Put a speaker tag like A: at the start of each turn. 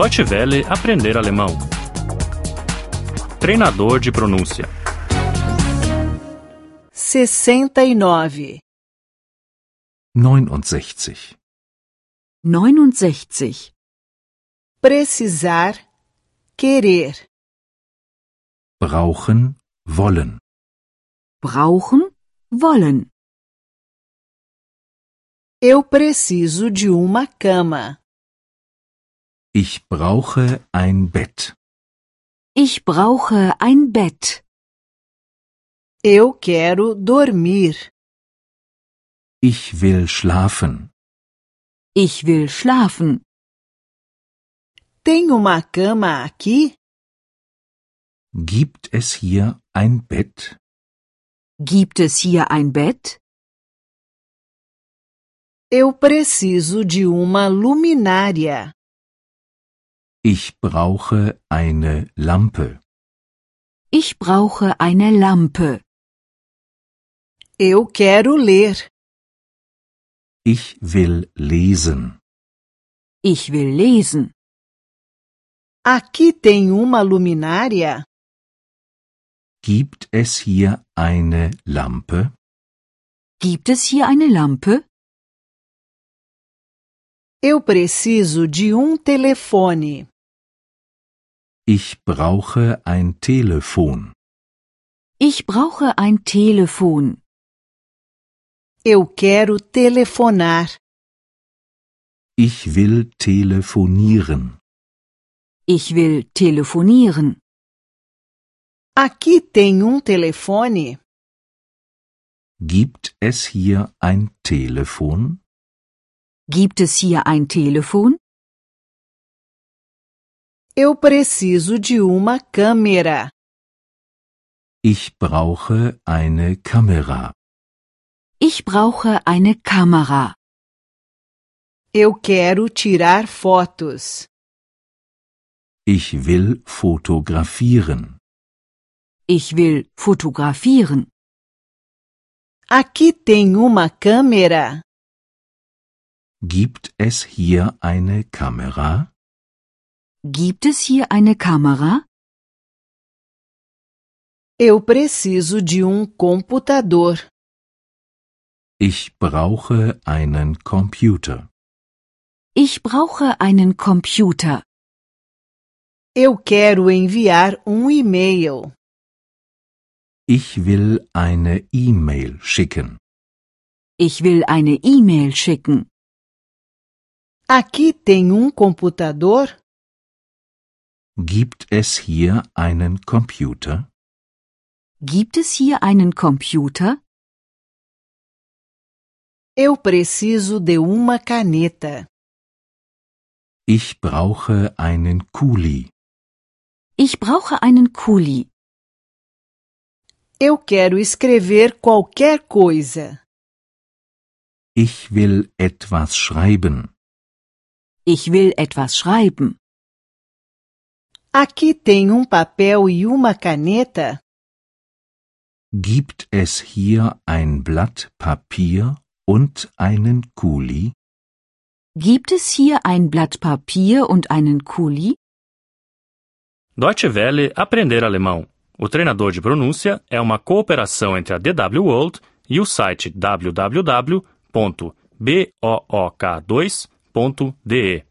A: Deutsche Welle aprender alemão. Treinador de pronúncia.
B: 69.
C: 69.
D: 69.
B: Precisar, querer.
C: Brauchen, wollen.
D: Brauchen, wollen.
B: Eu preciso de uma cama.
C: Ich brauche ein Bett.
D: Ich brauche ein Bett.
B: Eu quero dormir.
C: Ich will schlafen.
D: Ich will schlafen.
B: Tem uma cama aqui?
C: Gibt es hier ein Bett?
D: Gibt es hier ein Bett?
B: Eu preciso de uma luminária.
C: Ich brauche eine Lampe.
D: Ich brauche eine Lampe.
B: Eu quero ler.
C: Ich will lesen.
D: Ich will lesen.
B: Aqui tem uma luminária?
C: Gibt es hier eine Lampe?
D: Gibt es hier eine Lampe?
B: Eu preciso de um telefone.
C: Ich brauche ein Telefon.
D: Ich brauche ein Telefon.
B: Eu quero telefonar.
C: Ich will telefonieren.
D: Ich will telefonieren.
B: Aqui tem um telefone?
C: Gibt es hier ein Telefon?
D: Gibt es hier ein Telefon?
B: Eu preciso de uma câmera.
C: Ich brauche eine Kamera.
D: Ich brauche eine Kamera.
B: Eu quero tirar fotos.
C: Ich will fotografieren.
D: Ich will fotografieren.
B: Aqui tem uma câmera?
C: Gibt es hier eine Kamera?
D: Gibt es hier eine Kamera?
B: Eu preciso de um computador.
C: Ich brauche einen Computer.
D: Ich brauche einen Computer.
B: Eu quero enviar um e-mail.
C: Ich will eine E-Mail schicken.
D: Ich will eine E-Mail schicken.
B: Aqui tem um computador?
C: Gibt es hier einen Computer?
D: Gibt es hier einen Computer?
B: Eu preciso de uma caneta.
C: Ich brauche einen Kuli.
D: Ich brauche einen Kuli.
B: Eu quero escrever qualquer coisa.
C: Ich will etwas schreiben.
D: Ich will etwas schreiben.
B: Aqui tem um papel e uma caneta?
C: Gibt es hier ein Blatt Papier und einen Kuli?
D: Gibt es hier ein Blatt Papier und einen Kuli?
A: Deutsche Welle aprender alemão. O treinador de pronúncia é uma cooperação entre a DW World e o site www.book2.de.